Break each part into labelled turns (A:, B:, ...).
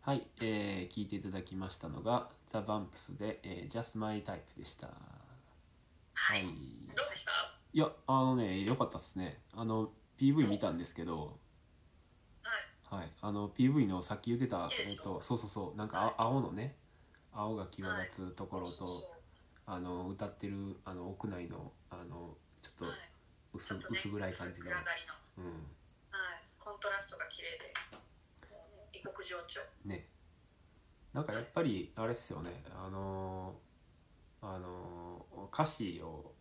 A: はい、えー聞いていただきましたのがザ・バンプスで、えー、Just My Type でしたはいい
B: どうでした
A: やあのね良かったっすねあの PV 見たんですけど
B: はい
A: はいあの PV のさっき言ってた
B: 綺麗で
A: えっ
B: しょ
A: とそうそうそうなんか、
B: はい
A: あ青のね青が際立つところと、
B: そうそう
A: あの歌ってるあの屋内のあのちょっと
B: はいち
A: 薄,、
B: ょっとね
A: 薄暗い感じの
B: 薄暗がりの
A: う
B: はいコントラストが綺麗でもうね異国情緒
A: んねなんかやっぱりあれっすよねあのーあのー歌詞を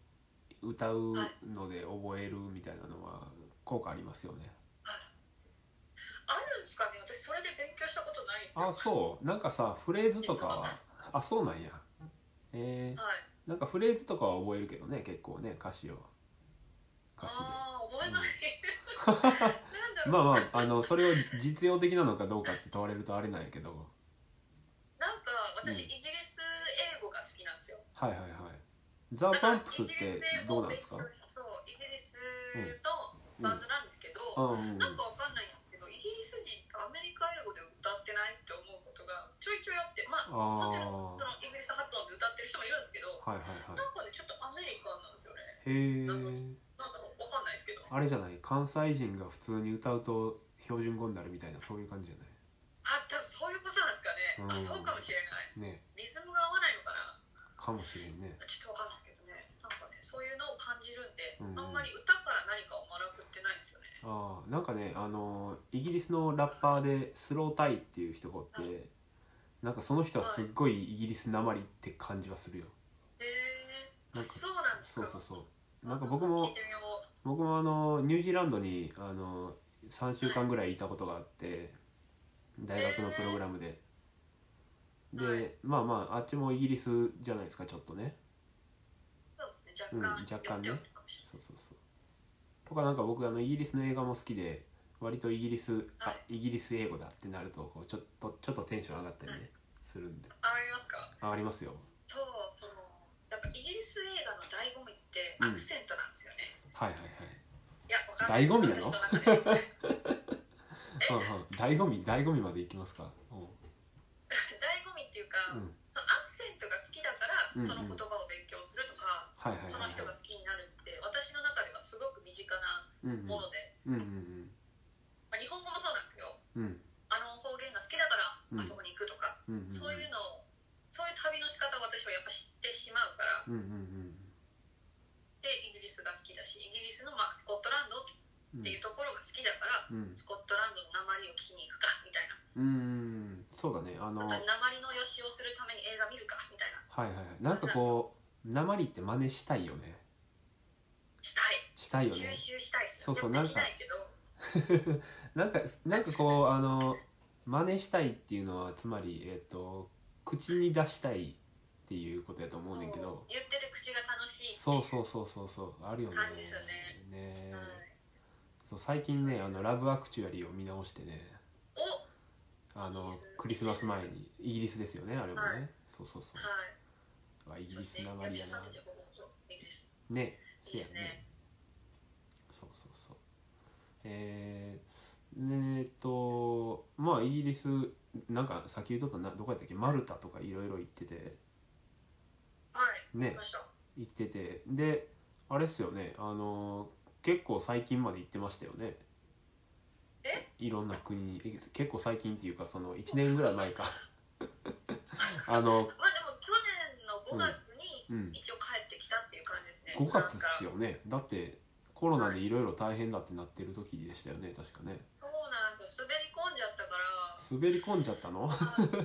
A: 歌うので覚えるみたいなのは効果ありますよね
B: あるんですかね私それで勉強したことないんですよ
A: あそうなんかさフレーズとかはあそうなんやえ
B: はい
A: ー、なんかフレーズとかは覚えるけどね結構ね歌詞を歌詞で
B: ああ覚えない、なんだろう
A: まあまああのそれを実用的なのかどうかって問われるとあれなんやけど
B: なんか
A: う
B: 私、イギリス英語が好きなんですよ
A: はいはいはいザ・
B: だ
A: パ
B: から
A: ンプスって
B: イギリス英
A: ど
B: 語
A: うな
B: を
A: ん
B: 勉
A: ですか
B: 強しそうイギリスのバンドなんですけど、
A: あうん
B: なんかわかんないんですけどイギリス人とアメリカ英語で歌ってないって思うことがちょいちょいあってまあ
A: あ
B: もち
A: ー
B: ろんそのイギリス発音で歌ってる人もいるんですけど
A: はいはい
B: な
A: は
B: んかねちょっとアメリカンなんですよね
A: いへえ
B: なんだろうわかんないですけどあ
A: あれじゃない関西人が普通に歌うと標準語になるみたいなそういう感じじゃ
B: 多分そういうことなんですかね、
A: う
B: あ
A: ん
B: そうかもしれない
A: ないね
B: リズムが合わないのかな
A: かもしれんね
B: ちょっとわかんないですけどねなんかねそういうのを感じるんで、
A: うん
B: あんまり歌から何かを学ぶってないんですよね
A: ああなんかねあのイギリスのラッパーでスロータイっていう人がおってなんかその人はすっごいイギリスなまりって感じはするよ
B: へえ
A: なんか
B: そうなんです
A: そ
B: か
A: うそうそうなんか僕も
B: 聞いてみよう
A: 僕もあのニュージーランドにあの3週間ぐらいいたことがあって大学のプログラムで、
B: は
A: でまあまああっちもイギリスじゃないですかちょっとね
B: そうです
A: う
B: ね
A: ん
B: 若干、
A: 若干ね
B: 寄っておるかもしれない
A: そうそうそうとかなんか僕あのイギリスの映画も好きで割とイギリスあ
B: は
A: イギリス英語だってなるとこうちょっとちょっとテンション上がったりねするんで
B: あありますか
A: あありますよ
B: そうそのやっぱイギリス映画の醍醐味って
A: うん
B: アクセントなんですよね、
A: はいはいはい
B: いやわかんな
A: 醍
B: い
A: 醐味なの
B: 私中で醍
A: うんうん、醍醐味醍醐味までいきますかおう
B: 醐味っていうか、
A: うん
B: そのアクセントが好きだから
A: うんうん
B: その言葉を勉強するとか、
A: はいはいはい
B: そ
A: はい
B: の人が好きになるって私の中ではすごく身近な
A: うん
B: もので、
A: うんうんうん
B: まあ、日本語もそうなんですけど
A: うんうん
B: あの方言が好きだか
A: う
B: ら
A: ん
B: あそこに行くとか、
A: うんうん
B: そういうのをそういう旅の仕方を私はやっぱ知ってしまうから
A: うんうんうん
B: でイギリスが好きだしイギリスの、まあ、スコットランドっ
A: うん
B: ていうところが好きだから、
A: うん
B: スコットランドの鉛を聞きに行くかみたいな
A: うーんそうだねあの
B: あ
A: は
B: と
A: い
B: 鉛の予習をするために映画見るかみたいな
A: はいはいなんかこう鉛って真似したいよね
B: したい
A: したいよ
B: 吸
A: ね
B: 収したいです
A: そう
B: よ
A: そう
B: やってみたいけど
A: なんかなんかこうあの真似したいっていうのはつまりえっ、と口に出したいっていうことやと思うねんけ
B: も
A: ど
B: う言ってて口が楽しいってい
A: そうそうそうそうそうあるよね
B: 感じですよね
A: ね
B: はい
A: そう最近ねあのラブアクチュアリーを見直してね
B: お
A: あ
B: イギ
A: の
B: リス
A: クリスマス前にイギリスですよねあれもね、
B: はい
A: そうそうそ
B: は
A: うあイ
B: い
A: ギ
B: そ
A: リ
B: し
A: ス
B: て
A: なま
B: 役
A: り
B: 者
A: や
B: さ
A: なん
B: たちは僕もイギリス
A: ね
B: いいですね
A: そうそうそうえー、えーっとまあイギリスなんか先言うとったなどこやったっけマルタとかいろいろ行ってて
B: はい行
A: ね
B: きました
A: 行っててであれっすよねあの結構最近まで行ってましたよね
B: え
A: いろんな国にえ結構最近っていうかその1年ぐらい 前かあの
B: まあでも去年の5月に
A: うん
B: 一応帰ってきたっていう感じですね
A: 5月っ
B: フランス
A: す
B: から
A: よねだってコロナでいろいろ大変だってなってる時でしたよね確かね
B: そうなんですよ滑り込んじゃっ たから
A: 滑り込んじゃったの
B: 2月末去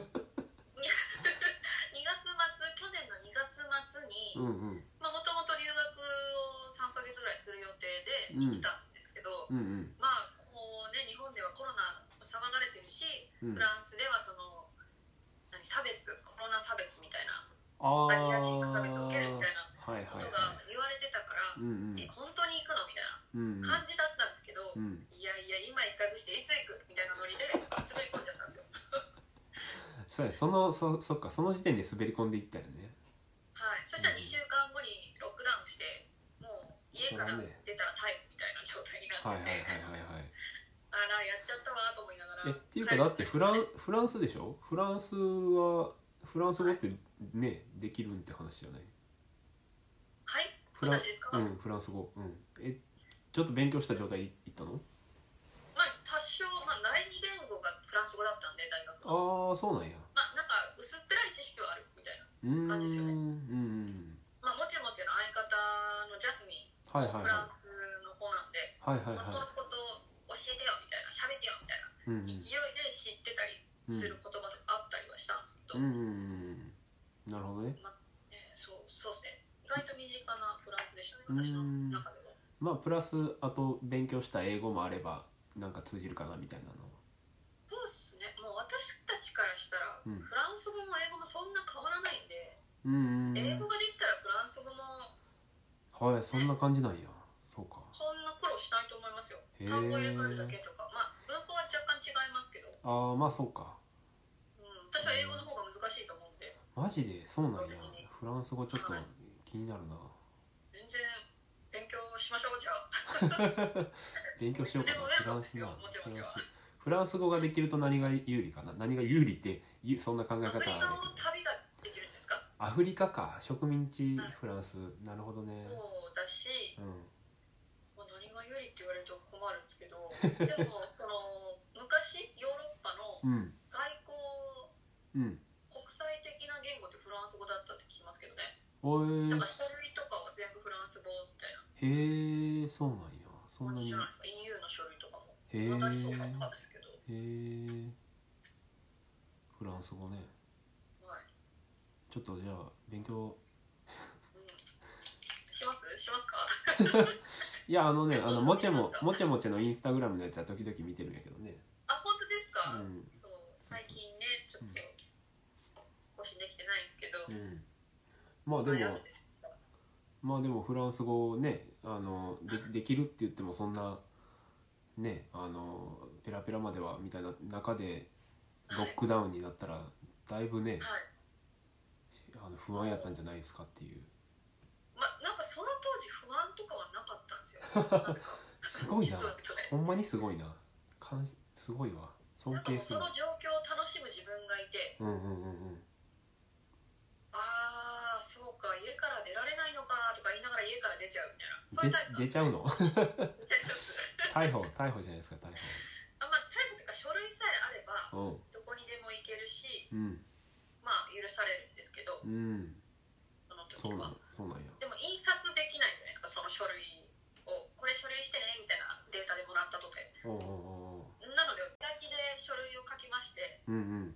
B: 年の2月末に
A: うんうん
B: まあもともと留学を3ヶ月ぐらいする予定で
A: うん
B: 来たんですけど、
A: うんうん
B: まあこうね日本ではコロナ騒がれてるし、
A: うん
B: フランスではその何差別コロナ差別みたいな
A: あー
B: アジア人の差別を受けるみたいな
A: はいはい
B: こ
A: は
B: と
A: い
B: が言われてたから、
A: うんうん
B: え本当に行くのみたいな
A: うん
B: 感じだったんですけど、
A: うん
B: いやいや今行かずしていつ行くみたいなノリで滑り込んじゃったんですよ
A: そうやそのそそっかその時点で滑り込んでいったよね
B: はいそしたら2週間後にロックダウンしてもう家から出たら逮捕みたいな状態にな
A: はい
B: っ
A: はい
B: て
A: はい
B: て、
A: はいはい
B: はがらやっちゃったわと思いながら
A: えっていうかだってフランフランスでしょフランスはフランス語ってねできるんって話じゃない
B: はい
A: フラン
B: 私ですか、
A: うんフランス語うんえちょっと勉強した状態い行ったの
B: まあ多少、まあ、第二言語がフランス語だったんで大学
A: ああ
B: は
A: そうなんや
B: まあなんか薄っぺらい知識はあるみたいな
A: うーん
B: 感じですよね
A: うんうん
B: まあもちもちの相方のジャスミン
A: はいはいはい
B: フランスの子なんで、
A: はいはいは
B: まあ、
A: い
B: そのことを教えてよみたいな喋ってよみたい
A: うん
B: な
A: うん
B: 勢いで知ってたりする言葉とかあったりはしたんですけど、
A: うんうんうんうんなるほどね
B: えーそうそうですね意外と身近なフランスでしたね私の中でも
A: まあプラスあと勉強した英語もあればなんか通じるかなみたいなの
B: そうですねもう私たちからしたら、
A: うん
B: フランス語も英語もそんな変わらないんで、
A: うんうん
B: 英語ができたらフランス語も
A: うんはいそんな感じなんやそうか
B: そんな苦労しないと思いますよ
A: へー
B: 単語入れ替えるだけとかまあ文法は若干違いますけど、う
A: ああまあそうか
B: ん、私は英語の方が難しいと思うんで
A: マジでそうなんや
B: そうですね
A: フランス語ちょっと気になるな
B: 全然勉強しましょうじゃあ
A: 勉強しようかな
B: でも
A: フランスな
B: もちろんもち
A: フ
B: ろん
A: ランスフランス語ができると何が有利かな何が有利ってゆそんな考え
B: ア
A: 方
B: フ
A: は
B: リカ
A: あ
B: の
A: るけど
B: 旅ができるんですか
A: アフリカか植民地
B: はい
A: フランスなるほどね
B: そうだし、
A: うん
B: まあ、何が有利って言われると困るんですけどでもその 昔ヨーロッパの
A: うん
B: 外
A: う
B: 交
A: ん
B: 国際的な言語ってフランス語だったって聞きますけどね
A: おえ
B: だ
A: ー
B: から書類とかは全部フランス語みたいな
A: へえそうなんやそん
B: 感
A: な
B: じ
A: にへ
B: じゃないですか EU の書類とかも
A: え
B: まだにそうかわかんないですけど、
A: へえフランス語ね
B: はい
A: ちょっとじゃあ勉強
B: うん、しますしますか
A: いやあのねあの
B: ど
A: も
B: う
A: ち
B: ぞ
A: ももちもちのインスタグラムのやつは時々見てるんやけどね
B: あ本当です
A: う
B: か、
A: ん
B: そう最近ねちょっと更新できてないんですけど、
A: うんまあで
B: 悩
A: も
B: んですけど
A: まあでもフランス語をねあのでできるって言ってもそんなねあのペラペラまではみたいな中でロックダウンになったらだいぶね
B: はい
A: あの不安やったんじゃないですかっていう
B: ま、なんかその当時不安とかはなかったんですよ。なぜか
A: すごいな
B: 実は言うとね
A: ほんまにすごいなかんすごいわ尊
B: なんかも
A: 敬
B: う
A: する
B: その状況を楽しむ自分がいて、
A: うんうんうんうん
B: ああ、そうか、家から出られないのかとか言いながら家から出ちゃうみたいな。そういうタイプ
A: で出ちゃう の
B: なんですよ。出ちゃいます。
A: 逮捕逮捕じゃないですか
B: あまあ、タイプというか書類さえあれば、
A: 逮捕
B: どこにでも行けるし、
A: うん
B: まあ、許されるんですけど、
A: うんうん
B: その時
A: そうな
B: は
A: の。そうなんや
B: でも、印刷できないじゃないですか、その書類を。これ書類してねみたいなデータでもらったとて。
A: おうおうお
B: なので、手書きで書類を書きまして、
A: ううんうん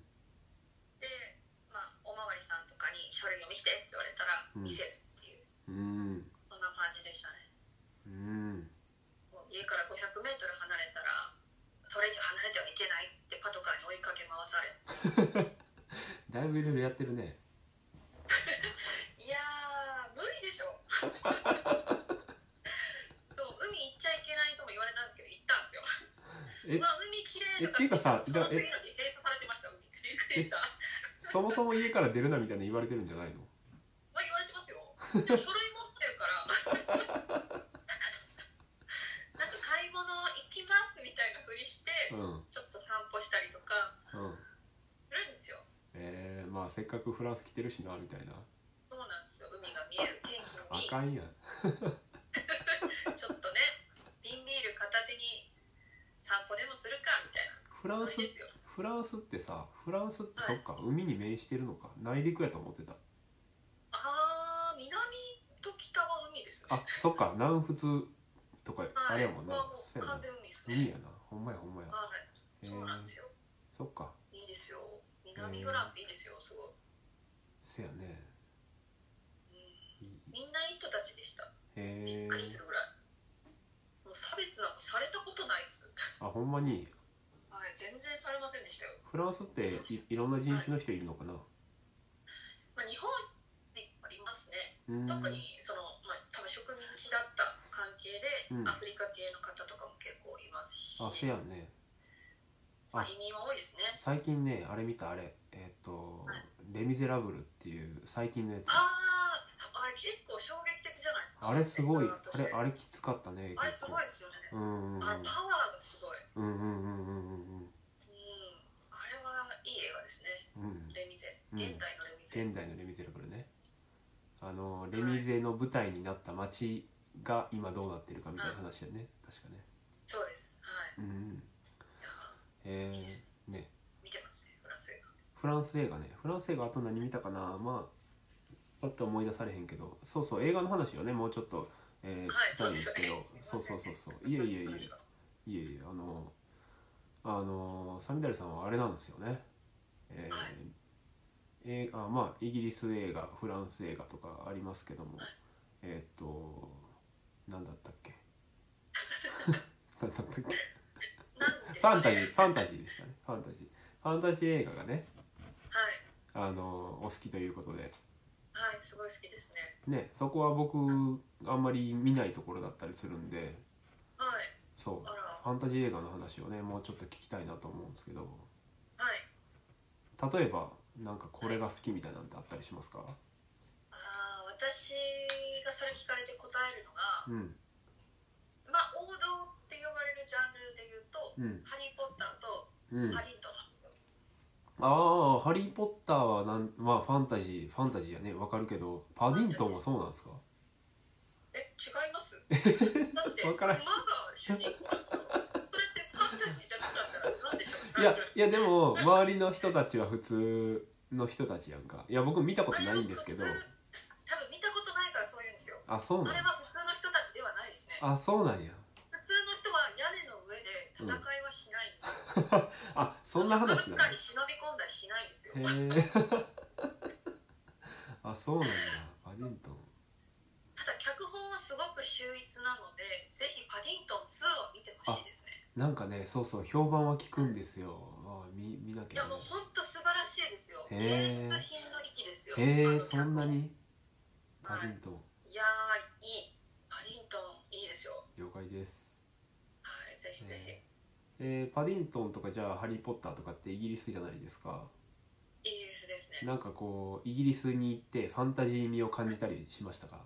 B: で、まあ、おまわりさんとかに書類を見せてって言われたら
A: うん
B: 見せるっていう、
A: うん
B: そんな感じでしたね
A: うん
B: もう家から 500m 離れたらそれ以上離れてはいけないってパトカーに追いかけ回され
A: だいぶいろいろやってるね
B: いやー無理でしょ そう海行っちゃいけないとも言われたんですけど行ったんですよ
A: え
B: うわ海きれいとか
A: えっていうかさ
B: その
A: じゃあえ
B: 次の日閉鎖されてました海びっくりした
A: そもそも家から出るなみたいな言われてるんじゃないの
B: まあ言われてますよ。でも書類持ってるから。 なんか買い物行きますみたいなふりして、
A: うんうん
B: ちょっと散歩したりとかするんですよ。
A: えー、まあせっかくフランス来てるしなみたいな
B: そうなんですよ。海が見える天気の
A: あ
B: いい。ちょ
A: かんやん
B: っとね、瓶ビール片手に散歩でもするかみたいな。
A: フランス
B: ノリですよ。
A: フランスってさフランスって
B: は
A: そ
B: い
A: っか海に面してるのか内陸やと思ってた
B: あー、南と北は海ですね。
A: あそっか南仏とかあ
B: はい。
A: れやもんな、
B: ここはもう
A: そうやな
B: 完全海です
A: 海
B: ね。
A: やなほんまやほんまや
B: はい。そうなんですよ。
A: そっか
B: いいですよ。南フランスいいですよ。すごい。
A: せやね
B: うん
A: いい
B: みんないい人たちでした。び
A: へえ
B: っくりするぐらい、もう差別なんかされたことないっす
A: あほんまに
B: はい全然されませんでしたよ、
A: フランスっていいろんな人種の人いるのかな
B: まあ、日本にありますね、
A: うん
B: 特にその、まあ、多分植民地だった関係で、
A: うん
B: アフリカ系の方とかも結構いますし
A: あせやね
B: まあ、移民は多いですね
A: 最近ねあれ見たあれえーっと
B: はい
A: 「レ・ミゼラブル」っていう最近のやつ
B: あああれ結構衝撃的じゃないですか
A: あれすごい
B: 映画と
A: あ
B: して
A: れあれきつかったね
B: あれすごいですよね、
A: うんうんうん
B: あのパワーがすごい、う
A: うんうんうんうん
B: ん、あれはいい映画ですね
A: うんうん
B: レミゼ
A: うん
B: 現代のレミゼ、
A: 現代のレ・ミゼラブルねあのレ・ミゼの舞台になった街が今どうなってるかみたいな話だよね確かね
B: そうですは
A: う
B: い
A: んうん
B: いや
A: え
B: いいです
A: ー、ね
B: 見てますねフランス映画
A: フランス映画ねフランス映画あと何見たかなまあパッと思い出されへんけどそうそう映画の話をねもうちょっと、えー、
B: はい
A: したいんですけど
B: そうです
A: そ
B: ね
A: うそうそうそういえいえいえ
B: フランスの話が
A: いえいえあのあのサミダルさんはあれなんですよね、えー
B: はい
A: えーあまあイギリス映画フランス映画とかありますけども、
B: はい
A: えーっと何だったっ け何だったっけ
B: なんです
A: フ
B: か
A: ァンタジ
B: ね
A: ーファンタジーでしたねファンタジーファンタジー映画がね
B: はい
A: あのお好きということで
B: はいすごい好きですね
A: ねそこは僕あんまり見ないところだったりするんで
B: はい
A: そう
B: あら
A: ファンタジー映画の話をねもうちょっと聞きたいなと思うんですけど
B: はい
A: 例えばなんかこれが好きみたいなんてあったりしますか
B: あー私がそれ聞かれて答えるのが
A: うん
B: まあ王道って呼ばれるジャンルで言うと
A: うん
B: 「ハリー・ポッター」と
A: う
B: 「
A: ん
B: パリントン」
A: ああハリー・ポッターはなんまあファンタジーファンタジーやねわかるけどパディントンはそうなんですか
B: え違 いますだって
A: わ
B: 馬
A: か
B: が
A: らん
B: 主人公ですよそれってファンタジーじゃなかったら何でしょう
A: いや
B: ジャンル
A: いやでも周りの人たちは普通の人たちやんかいや僕見たことないんですけど
B: あれは普通多分見たことないからそう言うんですよ
A: あそう
B: あ
A: なん
B: れは普通の人たちではないですね
A: あそうなんや
B: 普通の人は屋根の上で戦いはしないんですよ、
A: あそんな話
B: 植物
A: な
B: 館
A: の
B: に忍び込んだりしないんですよ
A: へえあそうなんだパディントン
B: ただ脚本はすごく秀逸なのでぜひパディントン2を見てほしいですね
A: なんかねそうそう評判は聞くんですよあ見見なき
B: い
A: ゃ
B: や
A: ね
B: もうほんと素晴らしいですよ
A: へ
B: 芸
A: ー
B: 術品の域ですよ
A: へ
B: あ
A: え
B: の
A: そんなに
B: は
A: パ
B: い
A: ディントン
B: いやーいいパディントンいいですよ
A: 了解です
B: はいぜひぜひ、
A: えーパディントンとかじゃあ「ハリー・ポッター」とかってイギリスじゃないですか
B: イギリスですね
A: なんかこうイギリスに行ってファンタジー味を感じたりしましたか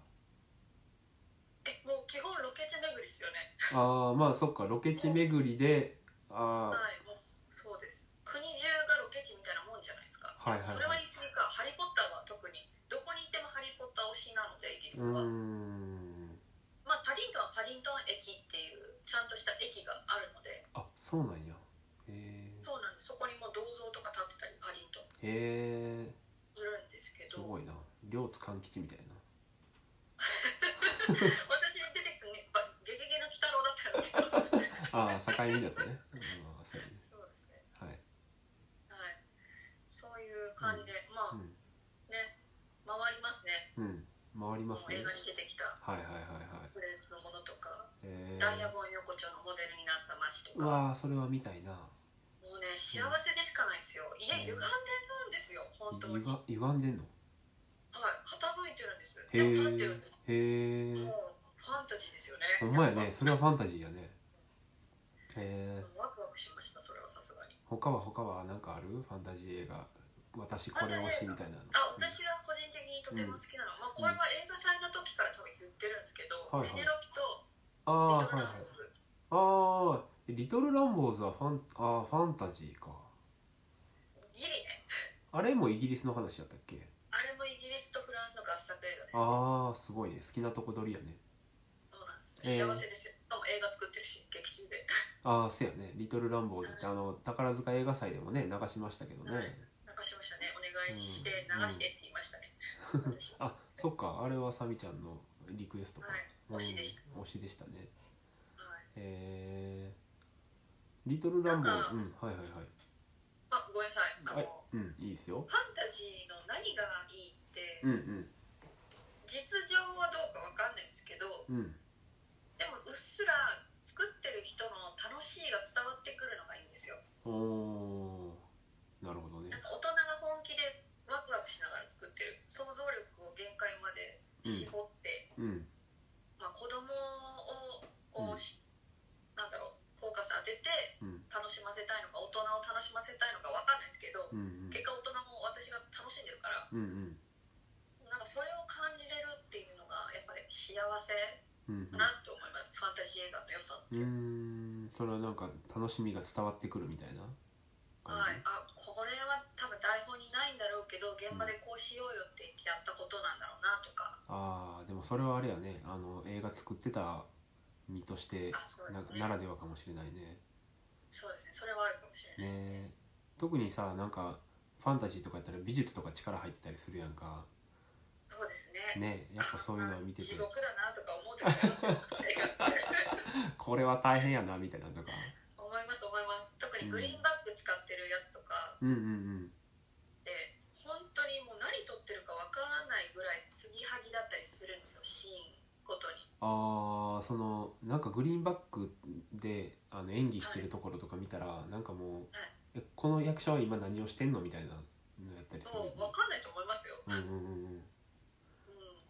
B: えもう基本ロケ地巡りですよね
A: ああまあそっかロケ地巡りであ
B: は
A: あ
B: いもうそうです国中がロケ地みたいなもんじゃないですか、
A: はいはいはい
B: それは言い過ぎかハリー・ポッターは特にどこに行ってもハリー・ポッター推しなのでイギリ
A: う
B: ス
A: ー
B: は、
A: ん
B: まあパディントンはパディントン駅っていうちゃんとした駅があるので
A: あそうなんやへ
B: そうなんですそこにもう銅像とか建ってたりパディントン
A: えへえ
B: するんですけ
A: す
B: ど
A: ごいな両津勘吉みたいな
B: 私出てきたねばゲゲゲの鬼太郎だったんですけど
A: ああ境目だとねうんそう やね
B: そうですね
A: はい
B: はいそういう感じで、まあ
A: うん
B: ね回りますね
A: うん回りま
B: もう
A: すね
B: 映画に出てきた
A: はいはいはいはい
B: フレンスのものとか、
A: え
B: ダイヤ
A: ー、
B: ゴン横丁のモデルになった街と
A: う
B: か
A: わーそれは見たいな
B: もうね幸せでしかないですよ家
A: うん
B: 歪んでるんですよ本当
A: ゆ
B: にはい
A: が歪んでんの
B: 傾いてるんです
A: へ
B: でも立ってる
A: え
B: んです
A: へえ
B: もうファンタジーですよね
A: ほんまやね
B: やっ
A: それはファンタジーやねへえ
B: ぱワクワクしましたそれはさすがに
A: 他は他は何かあるファンタジー映画私これ推しみたいなの
B: あ私が個人的にとても好きなのは、まあ、これは映画祭の時から多分言ってるんですけど、
A: はいはい
B: ペネロピと
A: ああ
B: リ
A: はい
B: トル
A: はいあーリトル・
B: ランボーズ、
A: ランボーズはファンあーファンタジーか
B: ギリね
A: あれもイギリスの話やったっけ
B: あれもイギリスとフランスの合作映画です
A: ああすごいね好きなとこ取りやね
B: そうなんです
A: へ
B: 幸
A: ー
B: せですよしかも映画作ってるし劇中で
A: ああせやね「リトル・ランボーズ」ってあの宝塚映画祭でもね流しましたけどね
B: 流しましたねお願いして流
A: うん
B: してって言いましたね、私は
A: あそっかあれはサミちゃんのリクエストか、
B: い推しでした、
A: うん推しでしたね
B: はい
A: えー、リトルランボ
B: なんか
A: ー、うん、はいはい
B: あごめんなさい
A: は
B: あ
A: い。はい
B: の、
A: うん、いいですよ
B: フ。ァンタジーの何がいいって
A: うんうん
B: 実情はどうかわかんないですけど
A: うん。
B: でもうっすら作ってる人の楽しいが伝わってくるのがいいんですよ
A: おー、なるほどね
B: な。んか大人が本気でワクワクしながら作ってる想像力を限界まで絞って、
A: うん
B: まあ、子供
A: う
B: をを
A: ん
B: し、なんだろうフォーカス当てて
A: うん
B: 楽しませたいのか大人を楽しませたいのかわかんないですけど、
A: うんうん
B: 結果大人も私が楽しんでるから
A: うんうん。
B: なんかそれを感じれるっていうのがやっぱり幸せ
A: うん
B: かなと思います、ファンタジー映画の良さっ
A: う
B: て、
A: ん、うーんそれはなんか楽しみが伝わってくるみたいな感
B: はい、あこれは多分台本にないんだろうけど現場でこうしようよって言ってやったことなんだろうなとか、
A: ああでもそれはあれやねあの映画作ってた身として
B: あそうですね
A: なならではかもしれないね
B: そうですねそれはあるかもしれないです
A: ね
B: ね
A: 特にさなんかファンタジーとかやったら美術とか力入ってたりするやんか
B: そうですね
A: ねやっぱそういうのを見てて
B: 地獄だなとか思う時ありますよ 映画って
A: これは大変やなみたいなのとか
B: 思います思います特にグリーンバッグ使ってるやつとか
A: うんうんうん
B: で本当にもう何撮ってるかわからないぐらい継ぎはぎだったりするんですよシーンごとに
A: あーそのなんかグリーンバックであの演技してるところとか見たら、なんかもう、えこの役者は今何をしてんのみたいなのやったりする
B: もうわかんないと思いますよ、
A: うんうんうんうん
B: うん、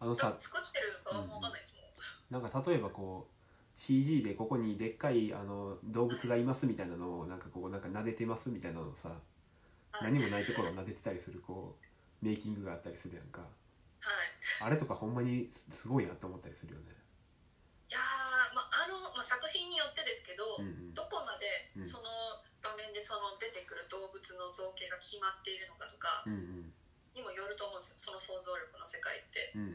A: あのさ
B: だって作ってる側もわかんないですもん、
A: なんか例えばこう CG でここにでっかいあの動物がいますみたいなのをなんかこうなんか撫でてますみたいなのをさ
B: はい
A: 何もないところを撫でてたりするこうメイキングがあったりするやんか
B: はい
A: あれとかほんまにすすごいなって思ったりするよね
B: いやーまああのまあ、作品によってですけど、
A: うんうん
B: どこまで
A: うん
B: その場面でその出てくる動物の造形が決まっているのかとか
A: うんうん
B: にもよると思うんですよその想像力の世界って。
A: うんうん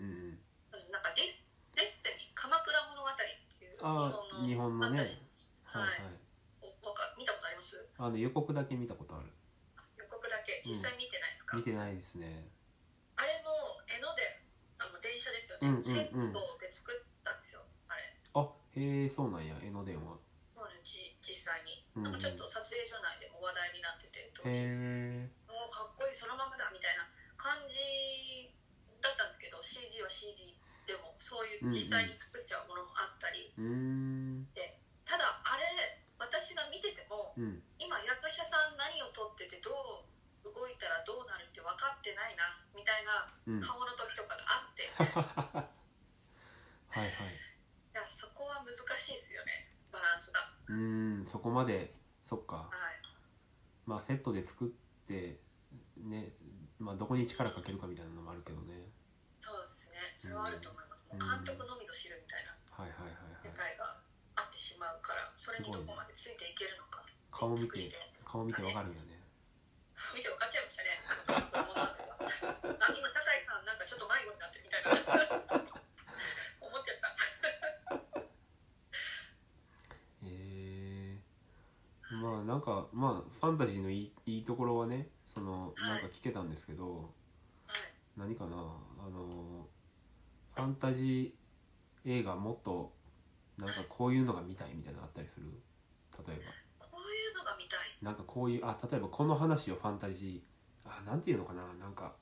B: うんなんかディスデスティニー鎌倉物語っていう日
A: ああ日
B: 本
A: 本の
B: の
A: ね
B: ファ
A: は
B: ンタ
A: い
B: ジー
A: はい
B: おわか見たことあります
A: あの予告だけ見たことある
B: 予告だけ実際見てないですか、
A: 見てないですね
B: あれも江ノ電あの電車ですよね、
A: うんうんうん
B: 線路で作ったんですよあれ
A: あへえそうなんや江ノ電は
B: もうねじ実際に、
A: うんうん
B: なんかちょっと撮影所内でも話題になってて当時。
A: へえ
B: もうかっこいいそのままだみたいな感じだったんですけど CD は CD でもそういう実際に作っちゃうものもあったり、
A: うーん
B: ただあれ私が見てても
A: うん
B: 今役者さん何を撮っててどう動いたらどうなるって分かってないなみたいな
A: うんはい
B: 顔の時とかがあって、い
A: はい
B: やそこは難しいですよねバランスが。
A: うーんそこまでそっか
B: はい
A: まあセットで作ってねまあどこに力かけるかみたいなのもあるけどね
B: そうですねそれはあると思います、もう監督のみぞ知るみたいな
A: はいはいはいは
B: 世
A: い
B: 界があってしまうからそれにどこまでついていけるのか、
A: 顔見
B: 作り
A: て
B: で
A: 顔見てわかるよね
B: 見て分かっちゃいました ね。あ、今酒井さんなんかちょっと迷子になってるみたいな。思っちゃった。
A: えー、まあなんかまあファンタジーのいいいいところはねその
B: はい
A: なんか聞けたんですけど
B: はい。
A: 何かなあのファンタジー映画もっとなんかこういうのが見たいみたいなのあったりする例えば
B: こういうのが見たい。
A: なんかこういうあ例えばこの話をファンタジーあなんていうのかななんか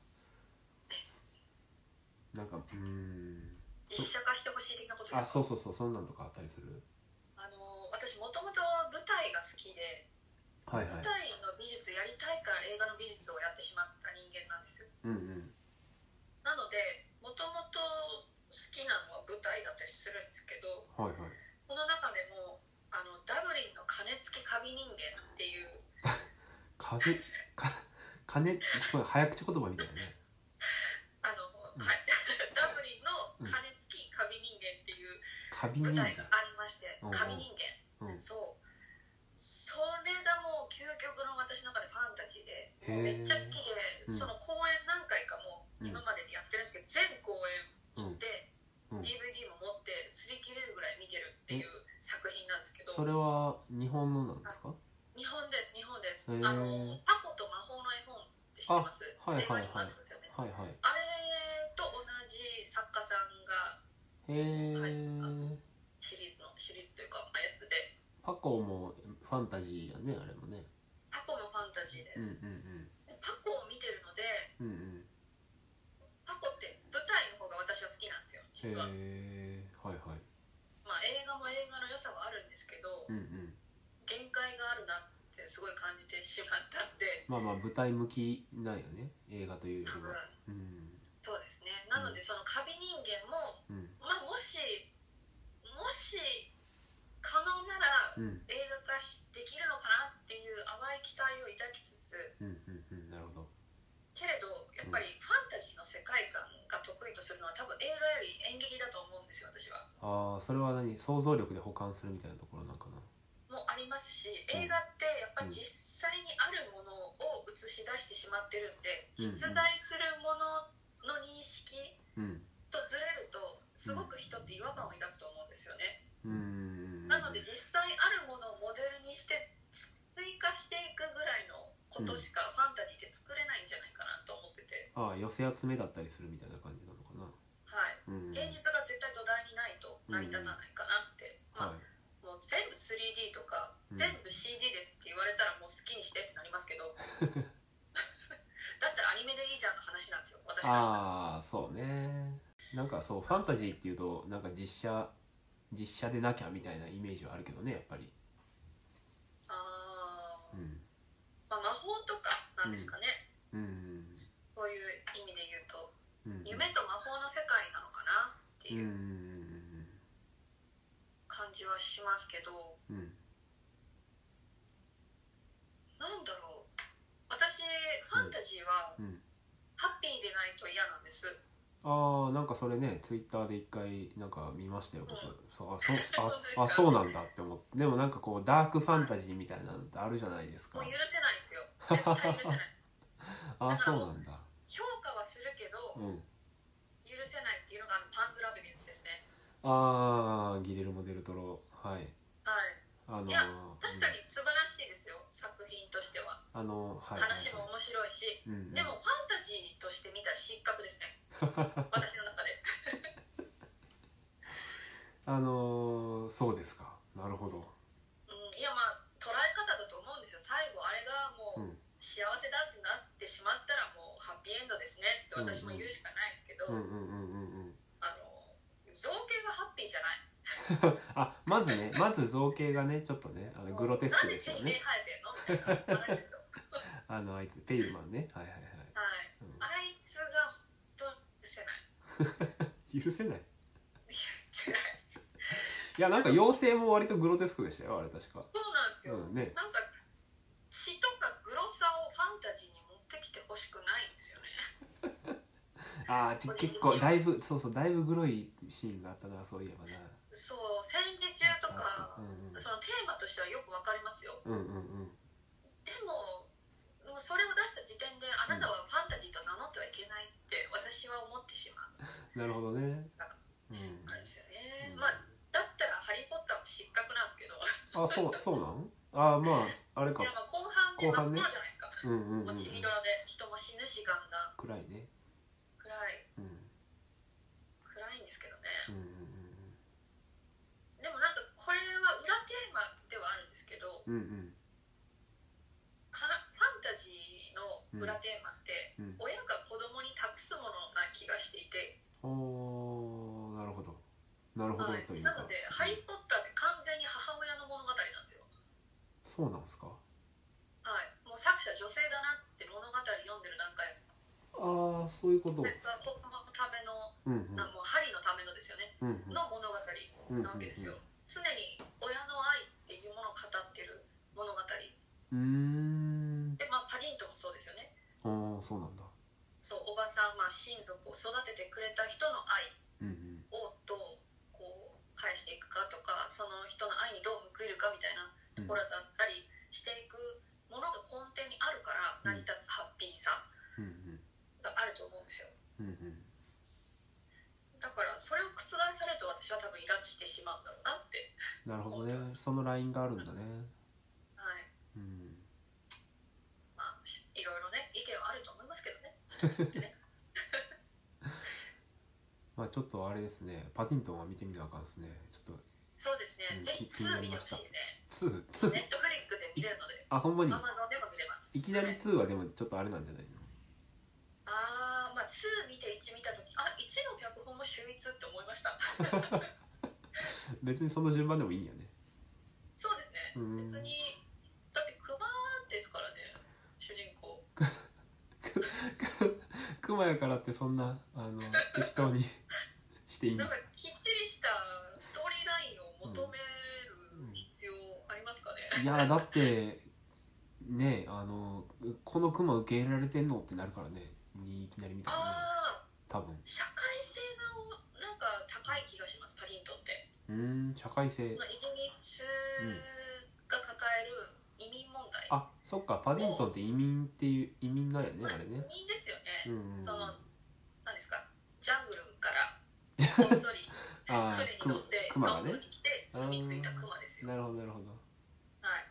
A: なんかうーん
B: 実写化してほしい的なことで
A: あ
B: すか。
A: そうそうそうそんなんとかあったりする
B: あの私もともと舞台が好きで、
A: はいはい
B: 舞台の美術やりたいから映画の美術をやってしまった人間なんですよ。
A: うんうん
B: なのでもともと好きなのは舞台だったりするんですけど、
A: はいはい
B: この中でもあのダブリンの鐘付きカビ人間っていう。
A: 風か金すごい早口言葉みたいなね
B: あの、
A: うん
B: はい、ダブリンの鐘付きカビ人間っていう
A: カビ人
B: 舞
A: 間
B: 台がありまして、
A: うん
B: カビ人間、
A: うんへ
B: そう。それがもう究極の私の中でファンタジーで、もうめ
A: え
B: っちゃ好きで、
A: うん
B: その公演何回かもう
A: うん
B: 今までにやってるんですけど、全公演で
A: うんうん
B: DVD も持って擦り切れるぐらい見てるっていう作品なんですけど、
A: それは日本のなんですか
B: 日本です日本です。
A: へー
B: あのタコと魔法の絵本って知ってます？
A: あはいはいはい
B: 映画にもなってますよね。
A: はいはい
B: あれと同じ作家さんが
A: へえ、
B: はいシリーズのシリーズというかあやつで
A: パコもファンタジーやねあれもね
B: タコもファンタジーで
A: うん
B: す、タコを見てるので
A: うんうんうんうん
B: タコって舞台の方が私は好きなんですよ
A: へ
B: 実は、
A: えはいはい
B: まあ、映画も映画の良さはあるんですけ
A: う
B: ど
A: んうん
B: 限界があるなってすごい感じてしまったんで
A: まあまあ舞台向きなんよね映画というよ
B: 多
A: りは
B: 分
A: うん
B: そうですねなのでそのカビ人間も、
A: うん
B: まあ、もしもし可能なら
A: うん
B: 映画化しできるのかなっていう淡い期待を抱きつつ
A: うんうんうんなるほど
B: けれどやっぱりファンタジーの世界観が得意とするのは多分映画より演劇だと思うんですよ私は。
A: ああそれは何想像力で補完するみたいなところなんかな
B: もありますし映画ってやっぱり実際にあるものを映し出してしまってるんで、
A: うん
B: 実在するものの認識
A: うん
B: とずれるとすごく人って違和感を抱くと思うんですよね、
A: うーん
B: なので実際あるものをモデルにして追加していくぐらいのことしかファンタジーって作れないんじゃないかなと思ってて、
A: ああ寄せ集めだったりするみたいな感じなのか
B: はい、
A: なうん
B: 現実が絶対土台にないと成り立たないかなって、
A: はい
B: まあ、もう全部 3D とか、
A: うん
B: 全部 CG ですって言われたらもう好きにしてってなります けどだったらアニメでいいじゃんの話なんですよ私からしたら
A: ああそうねなんかそうファンタジーっていうとなんか実写実写でなきゃみたいなイメージはあるけどねやっぱり
B: あ
A: う
B: ー、
A: ん
B: まあ、魔法とかなんですかね、
A: うん
B: そういう意味で言うと
A: うん
B: 夢と魔法の世界なのかなって
A: うん
B: いううん感じはしますけど、
A: うん
B: なんだろう私ファンタジーは
A: うん
B: ハッピーでないと嫌なんです、
A: ああなんかそれねツイッターで一回なんか見ましたよ僕、
B: う
A: そう あそう
B: 本当です
A: あ
B: か
A: あそうなんだって思ってでもなんかこうダークファンタジーみたいなのってあるじゃないですか
B: もう許せないんですよ絶対許せない
A: ああそうなんだ
B: 評価はするけど、
A: うん
B: 許せないっていうのがあのパンズラビリンスですね
A: ああギレルモ・デルトロはい
B: はい
A: あのー
B: いや確か
A: うん
B: に素晴らしいですよ作品としては
A: あのーはいはいはい
B: 話も面白いし
A: うんうん
B: でもファンタジーとして見たら失格で すね私の中で
A: あのーそうですかなるほど
B: うんいやまあ捉え方だと思うんですよ最後あれが
A: う
B: もうん幸せだってなってしまったらもうハッピーエンドですねって私も言うしかないですけど、
A: うんうんうんうんうん
B: あの造形がハッピーじゃない
A: あまず ねまず造形がねちょっとねあのグロテスクですよ
B: なんで手に目
A: ね
B: 生えてんのみたいな 話ですよ
A: あのあいつペイルマンねはいはいは
B: はいあいつが本当に許せない
A: い、うん、許せない
B: 許せない
A: いやなんか妖精も割とグロテスクでしたよあれ確か
B: そうなんですよ、
A: うんね
B: なんか血とかグロさをファンタジーに持ってきてほしくないんですよね
A: ああちょ結構だいぶそうそうだいぶグロいシーンがあったなそういえばな
B: そう戦時中とか
A: うんうん
B: そのテーマとしてはよくわかりますよ
A: うんうんうん
B: でももうそれを出した時点であなたはファンタジーと名乗ってはいけないって私は思ってしまう
A: なるほどね
B: あれですよね、
A: うん
B: まあだったら「ハリー・ポッター」も失格なんですけどい
A: うんあそうそうなんああまああれか
B: やまあ後半で
A: 後
B: 真
A: 半
B: っ
A: ね
B: 黒じゃないですか、
A: うんうんうんう
B: も
A: ん
B: う血みどろで人も死ぬしガンガン
A: 暗いね
B: 暗い
A: うん
B: 暗いんですけどね
A: うん
B: でもなんかこれは裏テーマではあるんですけど
A: うんうんうん
B: かファンタジーの裏テーマって、
A: うんうん
B: 親が子供に託すものな気がしていて、
A: おーなるほどなるほど
B: はい
A: というか、
B: なので「ハリー・ポッター」って完全に母親の物語なんですよ、
A: そうなんですか
B: はい、もう作者女性だなって物語読んでる段階
A: ああそういうこと
B: これは子供のための、
A: うんうん
B: あもうハリーのためのですよね
A: うん
B: の物語
A: うんうん
B: なわけですよ、常に親の愛っていうものを語ってる物語
A: うんう
B: でまあパディントンもそうですよね
A: ーんああそうなんだ
B: そうおばさん、まあ、親族を育ててくれた人の
A: う
B: 愛
A: んうん
B: をどうこう返していくかとかその人の愛にどう報いるかみたいな
A: う
B: と
A: ん
B: ころだったりしていくものが根底にあるから成り立つハッピーさ
A: うんうん
B: があると思うんですよ
A: うんうん
B: だからそれを覆されると私は多分イラッとしてしまうんだろうなって、
A: なるほどねそのラインがあるんだね
B: はい
A: うん
B: まあ、しいろいろね意見はあると思いますけどね
A: まあちょっとあれですねパティントンは見てみなあかんですねちょっ
B: そうですね、
A: うん
B: ぜひ
A: 気になりま
B: 2見てほ
A: した
B: しいですね
A: と2ツー
B: ネットフリックで見れるので
A: あほんまに
B: アマゾンでも見れます
A: いきなり
B: はい
A: 2はでもちょっとあれなんじゃないの
B: あーまあ2見て1見た時あ1の脚本も秀逸って思いました
A: 別にその順番でもいいんやね
B: そうですね
A: うん
B: 別にだって熊ですからね主人公
A: クマやからってそんなあの適当 にしていいん
B: な
A: で
B: んか
A: すか
B: きっちりしたストーリーラインを求める必要ありますかね、
A: いやだってねあのこのクマ受け入れられてんのってなるからねにいきなり見たらね
B: ああ
A: 多分
B: 社会性がなんか高い気がしますパディントンって、
A: うーん社会性
B: まあ、イギリスが抱える移民問題、
A: あそっかパディントンって移民っていう移民なんやね
B: まあ
A: あれね
B: 移民ですよ
A: う
B: ね、
A: んうんうん
B: そのなんですかジャングル からこっそり
A: あ
B: 船
A: ー
B: に乗って
A: クマが
B: ロン
A: ね
B: ドンに来て住み着いたクマですよ、
A: なるほどなるほど
B: はい、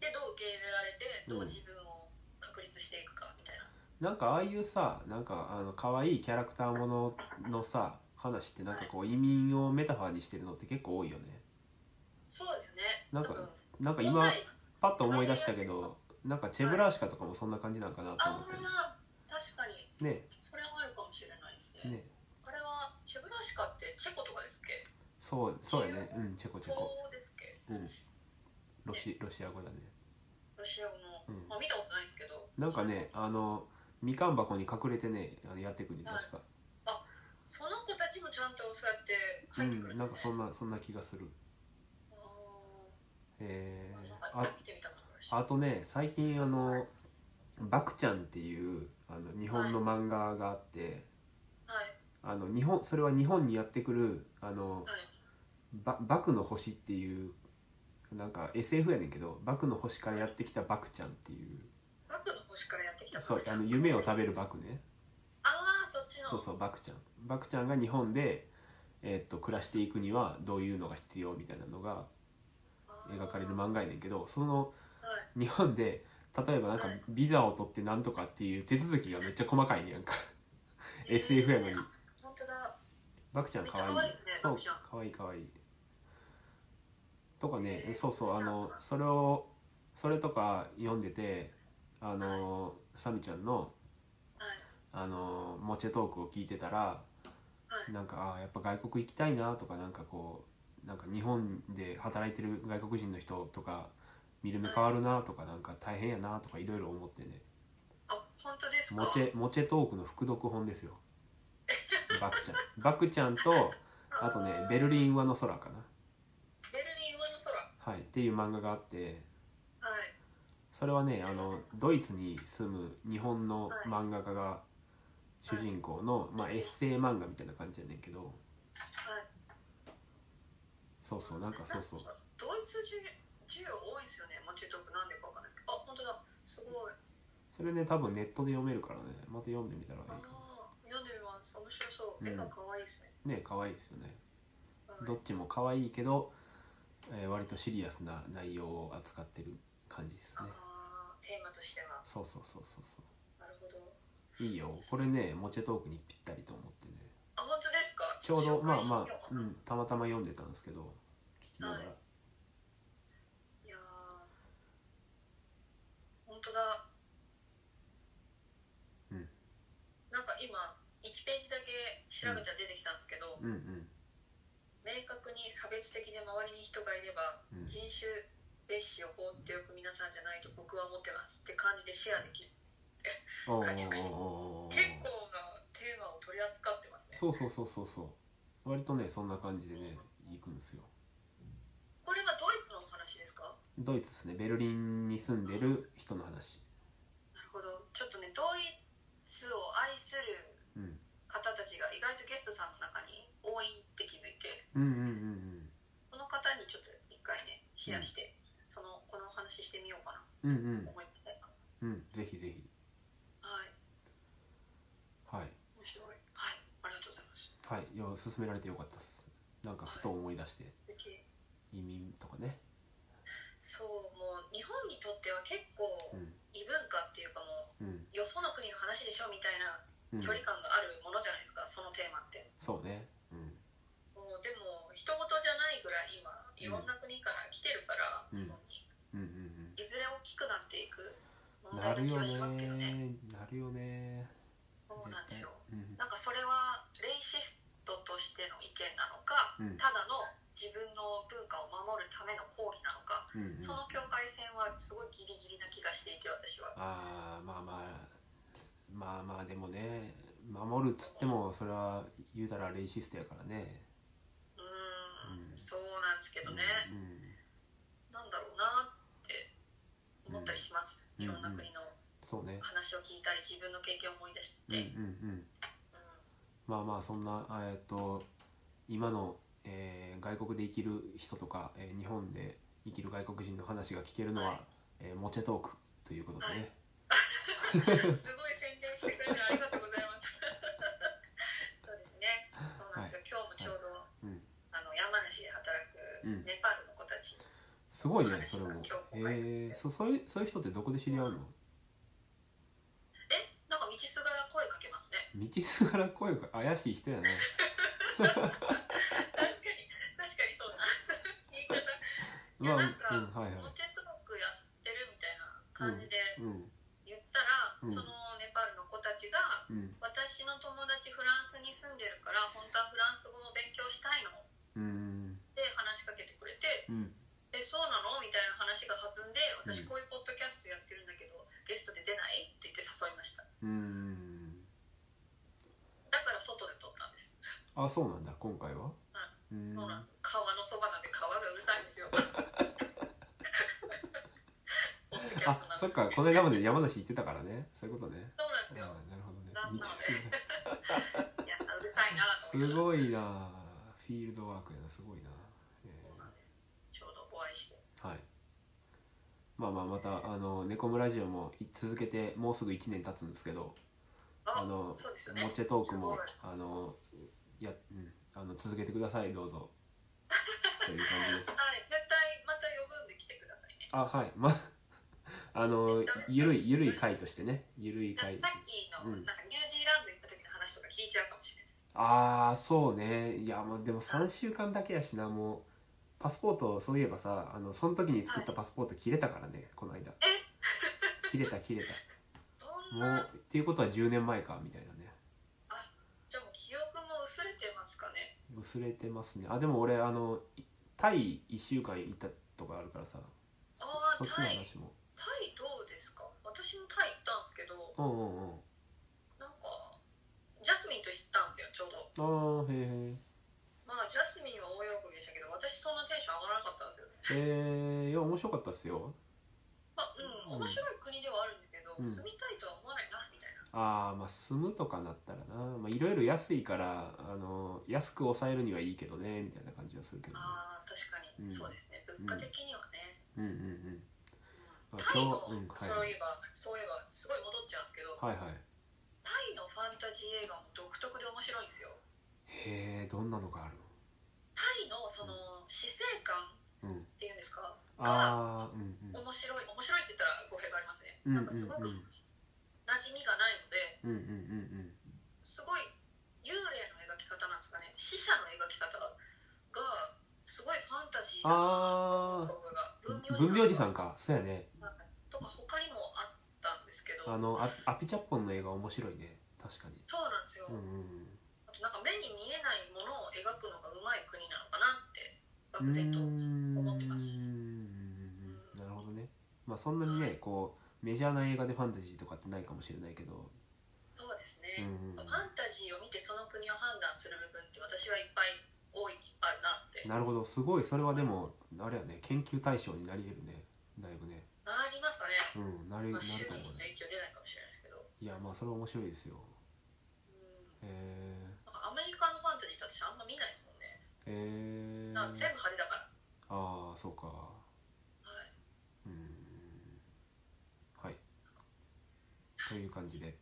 B: でどう受け入れられてどう
A: うん
B: 自分を確立していくかみたいな、
A: なんかああいうさなんかあの可愛いキャラクターもののさ話ってなんかこう移民をメタファーにしてるのって結構多いよね
B: そうですね
A: なんか
B: 多分
A: なんか
B: 問
A: 今
B: 題
A: パッと思い出したけどなんかチェブラーシカとかもそんな感じなんかなと思
B: あ
A: っ
B: ほん
A: て
B: ま確かに
A: ね
B: それはあるかもしれないですね
A: ね
B: あれはチェブラシカってチェコとかですっけ
A: そうそうやねうんチェコチェコ
B: そうですっけ
A: うんロシロシア語だね
B: ロシア語の、
A: うん
B: まあ、見たことないですけど
A: なんかねあのみかん箱に隠れてねあのやってくるね確か
B: その子たちもちゃんとそうやって
A: う
B: 入ってくる
A: ん
B: ん
A: な
B: で
A: んか
B: す
A: そ
B: ね、
A: んなそんな気がするえ
B: あーなん
A: ー、あ
B: か見てみたかった
A: あとね最近あ
B: はい
A: の「バクちゃん」っていうあの日本の漫画があって、
B: はい
A: あの日本それは日本にやってくるあの
B: はい
A: ババクの星っていうなんか SF やねんけどバクの星からやってきたバクちゃんっていう
B: バクの星からやってきた
A: そう
B: バクち
A: あ
B: ゃん
A: の夢を食べるバクね
B: ああそっちの
A: そうそうバクちゃんバクちゃんが日本で、えーっと暮らしていくにはどういうのが必要みたいなのが
B: あー
A: 描かれる漫画やねんけどその
B: はい
A: 日本で例えばなんか
B: はい
A: ビザを取ってなんとかっていう手続きがめっちゃ細かいねやんか SF やのに
B: 本当だ
A: バクちゃん可愛い
B: めっちゃ可愛いですね
A: そ
B: バ
A: う
B: クちゃん
A: 可愛い可愛いとかね
B: えー
A: そうそうあのそれをそれとか読んでてあのサミちゃんの
B: はい
A: あのモチェトークを聞いてたら
B: はい
A: なんかあーやっぱ外国行きたいなとかなんかこうなんか日本で働いてる外国人の人とか見る目変わるなとかなんか大変やなとかいろいろ思ってね
B: あ本当ですか
A: モチェモチェトークの副読本ですよ バクちゃんバクちゃんとあとね「ベルリン上の空」かな、
B: ベルリン上の空
A: はい、っていう漫画があって
B: はい
A: それはねあのドイツに住む日本の漫画家が主人公の、まあ、エッセイ漫画みたいな感じやねんけど
B: はい
A: そうそうなんかそうそう
B: ドイツ授授業多いですよねモチュートークなんでかわかんないけどあ本当だすごい
A: それね多分ネットで読めるからねまた読んでみたらいい
B: あ
A: か
B: あ読んでみます面白そううん絵が可愛いです
A: も
B: ね、
A: ね可愛いですよね
B: はい
A: どっちも可愛いけど、えー割とシリアスな内容を扱ってる感じです
B: あ
A: ね
B: あテーマとしては
A: そうそうそうそうそう
B: なるほど
A: いいよこれねモチェトークにぴったりと思ってね
B: あ本当ですか
A: ちょうど
B: 紹
A: ま
B: 介
A: あ
B: してみ
A: ま
B: よう
A: あ、
B: か
A: う、
B: なん
A: たまたま読んでたんですけど聞きながら、
B: はいいやー本当だ
A: うん
B: なんか今1ページだけ調べたら出てきたんですけど、
A: うんうん
B: 明確に差別的で周りに人がいれば
A: うん
B: 人種別視を放っておく皆さんじゃないと僕は思ってますって感じでシェアできる
A: おおお
B: 書きました
A: おお
B: 結構なテーマを取り扱ってますね
A: そうそうそうそうそう割とねそんな感じでね行くんですよ
B: これはドイツのお話ですか
A: ドイツですねベルリンに住んでる人の話
B: なるほどちょっとねドイツを愛する
A: うん
B: 方たちが意外とゲストさんの中に多いって気づいて
A: うんうんうんうん
B: この方にちょっと一回ねシェアして、そのこのお話ししてみようかな
A: うん
B: 思いました
A: うんうんぜひぜひ
B: はい
A: はい
B: 面白いはいありがとうございます
A: はいいや勧められてよかったっすなんかふと思い出して
B: 素敵
A: 移民とかね
B: そうもう日本にとっては結構
A: うん
B: 異文化っていうかも
A: うん
B: うよその国の話でしょみたいな
A: うん
B: 距離感があるものじゃないですかそのテーマって
A: そうねうん
B: もうでも人事じゃないぐらい今いろんな国から来てるから、
A: うん
B: 日本に
A: うんうん
B: いずれ大きくなっていく
A: うん
B: 問
A: なる
B: 題な気
A: よ
B: は
A: ね
B: しますけどね
A: なるよね
B: そうなんですよ
A: うん
B: なんかそれはレイシストとしての意見なのか、
A: うん
B: ただの自分の文化を守るための抗議なのか、
A: うんうん
B: その境界線はすごいギリギリな気がしていて私は
A: あーまあまあまあまあでもね守るっつってもそれは言うたらレイシストやからね
B: うーん、
A: うん
B: そうなんですけどね、
A: うん、
B: なんだろうなって思ったりします、
A: うん
B: いろんな国の
A: そうね
B: 話を聞いたり自分の経験を思い出し
A: うんうん
B: て、
A: うん
B: うん
A: まあまあそんなえっと今の、えー外国で生きる人とか、えー日本で生きる外国人の話が聞けるのは、
B: はい
A: えーモチェトークということでね、
B: すごい宣伝してくれるのありがとうございます。そうですね。そうなんですよ。今日もちょう
A: う
B: ど、
A: ん、
B: あの山梨で働く
A: うん
B: ネパールの子たち。
A: すごいねそれも
B: 今日も
A: えー、そそういうそういう人ってどこで知り合うの
B: え、なんか道すがら声かけますね。
A: 道すがら声が怪しい人やね
B: 確かに確かにそうだ。言い方
A: まあ
B: いやなんか
A: うんはいは
B: モ
A: い
B: チェットロックやってるみたいな感じで
A: うん
B: 言ったら、
A: うん
B: そのネパールの子たちが
A: うん
B: 私の友達フランスに住んでるから本当はフランス語も勉強したいのっ
A: うん
B: て話しかけてくれて
A: うん
B: えそうなのみたいな話が弾んで
A: うん
B: 私こういうポッドキャストやってるんだけどゲストで出ないって言って誘いました
A: うん
B: だから外で撮ったんです、
A: あそうなんだ今回はうん
B: そうなんですよ川のそばなんで川がうるさいん ですよポッドキャスト
A: あ
B: なん
A: そっ
B: で
A: かこの間まで山梨行ってたからねそういうことね
B: そうなん
A: あ
B: で
A: ー
B: すよ
A: なるほどね
B: な
A: 道すがら
B: いやうるさいなと
A: す
B: 思って
A: ごいなフィールドワークやなすごいな、
B: そうなん
A: え
B: ですちょうどお会いして
A: ーはいまあまあまたあの「猫村ラジオ」もい続けてもうすぐ1年経つんですけど
B: あ
A: あの
B: そうですよね
A: モチェトークも
B: すごい
A: あのや、うん、あの続けてくださいどうぞという感じです
B: はい絶対また呼ぶんで来てくださいね
A: あはい まあのゆるいゆるい回としてねゆるい
B: だから
A: 回
B: さっきの、
A: うん
B: なんかニュージーランド行った時の話とか聞いちゃうかもしれない
A: ああそうねいやまあでも3週間だけやしなもうパスポートそういえばさあのその時に作ったパスポート切れたからねこの 間切れた切れた
B: どん
A: も
B: な
A: うっていうことは10年前かみたいなね
B: じゃあもう記憶も薄れてますかね
A: 薄れてますねあでも俺あのいタイ1週間行ったとかあるからさそ
B: あー
A: そっちの話も
B: タイどうですか私もタイ行ったんですけど
A: うんうんうん
B: なんかジャスミンと知ったんですよちょう
A: ああ
B: ど
A: へ
B: まあジャスミンは大喜びでしたけど私そんなテンション上がらなかったんですよ
A: えへえい
B: ね
A: や面白かったっすよ
B: まあうん
A: うん
B: 面白い国ではあるんですけ
A: うん
B: ど、住みたいとは思わないなみたいな
A: ああまあ住むとかなったらなまあいろいろ安いからあの安く抑えるにはいいけどねみたいな感じはするけどね
B: あー確かに、
A: うん
B: そうですね物価的にはね、
A: うんうんうんあ
B: タイの、
A: 今日うんはい
B: そういえばそういえばすごい戻っちゃうんですけど
A: はいはい
B: タイのファンタジー映画も独特で面白いんですよ
A: へえどんなのがある
B: タイのその死生観
A: のうん
B: っていうんですか
A: ああうん
B: 面白い面白いって言ったら語弊がありますね、
A: うんうんうん
B: なんかすごく馴染みがないので
A: うんうんうん
B: すごい幽霊の描き方なんですかね死者の描き方がすごいファンタジーだ
A: あ
B: なと思うのが文
A: うん文明
B: 明
A: 寺
B: 寺
A: さ
B: さ
A: ん
B: ん
A: かそうやね
B: とか他にもあったんですけど
A: あのアアピチャッポンの映画面白いね確かに
B: そうなんですよ、
A: うんうん
B: あとなんか目に見えないものを描くのがうまい国なのかなって
A: う
B: 漠
A: ん
B: 然と思ってます
A: うんうんうんなるほどねまあそんなにねこうメジャーな映画でファンタジーとかってないかもしれないけど
B: そうです
A: うん
B: ね、
A: うん
B: ファンタジーを見てその国を判断する部分って私はいっぱい大いにあるなって
A: なるほどすごいそれはでもあれやね研究対象になり得るねだいぶね
B: ありますかね
A: うんなる
B: ま
A: な
B: あ、
A: る
B: 周囲
A: と
B: の
A: 思うね
B: 影響出ないかもしれないですけど、
A: いやまあそれは面白いですよ
B: うん、
A: へえ
B: なんかアメリカのファンタジーって私あんま見ないですもんね、
A: え
B: なんか全部派手だから、
A: ああそうか
B: はい、
A: うんはいという感じで、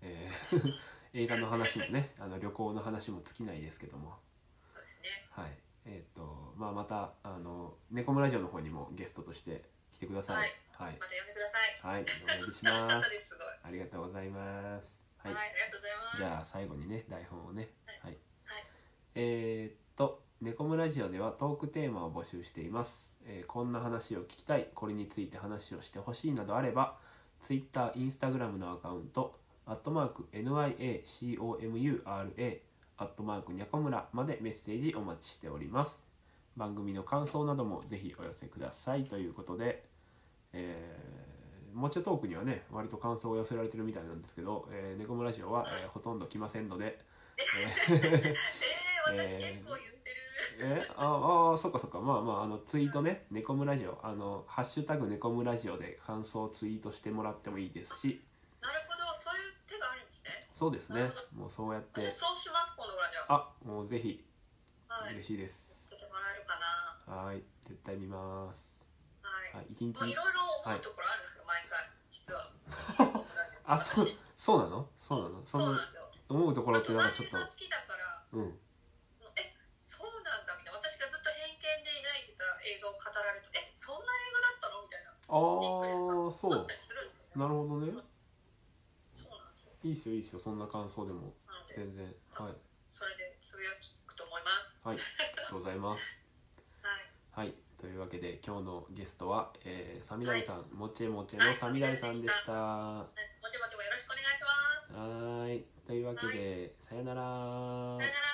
A: えー 映画の話もねあの旅行の話も尽きないですけども
B: そうですね
A: はいえっ、とまあまたあの「猫村ラジオ」の方にもゲストとして来てくださいはい
B: また呼んでください
A: はい、お願いし
B: 楽
A: ま
B: し
A: す
B: かったですすごい
A: ありがとうございますは
B: はい、
A: い
B: ありがとうございます
A: じゃあ最後にね台本をねはい、
B: はい
A: えーっと「猫村ラジオ」ではトークテーマを募集しています、えーこんな話を聞きたいこれについて話をしてほしいなどあれば Twitter、Instagram のアカウント「アットマーク #NIACOMURA」「アットマークにゃこむら」までメッセージお待ちしております番組の感想などもぜひお寄せくださいということでえー、もうちょいトークにはね割と感想を寄せられてるみたいなんですけど「えー、猫村ラジオは」えーほとんど来ませんので、えー
B: えー、私
A: えー
B: 結構言ってる、
A: えああそっかそっかまあまああのツイートね「猫村ラジオ」あの「ハッシュタグ猫村ラジオ」で感想をツイートしてもらってもいいですし
B: なるほどそういう手があるんでですね。
A: そうですねもうそうやって
B: じゃあそうします、今度からじゃあ。
A: あもうぜひ
B: はい。
A: 嬉しいです
B: 見てもらえるかな。
A: はい絶対見ます
B: はい。
A: はい一日
B: まあ、いろいろ思うところあるんですよ、毎回。実は。
A: あそう
B: 私
A: そうなのそうなのそ
B: そう
A: の
B: なんですよ。
A: 思うところ
B: あ
A: って
B: と、
A: なん
B: ア
A: かちょっ
B: ニメ
A: と
B: が好きだから、
A: うん
B: え、そうなんだみたいな。私がずっと偏見で抱いてた映画を語られると、え、そんな映画だったのみたいな。
A: ああそ
B: あっ
A: う
B: たりするんですよね。
A: なるほどね
B: そうなんですよ。
A: いいっすよいいっすよそんな感想でも
B: なので、
A: 全然はい
B: それでつぶやくと思います。
A: はいありがとうございます
B: はい。
A: はい、というわけで今日のゲストは、えー、サミダイさん、もちえもちえのサミダイさんでした。は
B: もちもちもよろしくお願いします。
A: ーい、というわけで、さよなら
B: さよなら。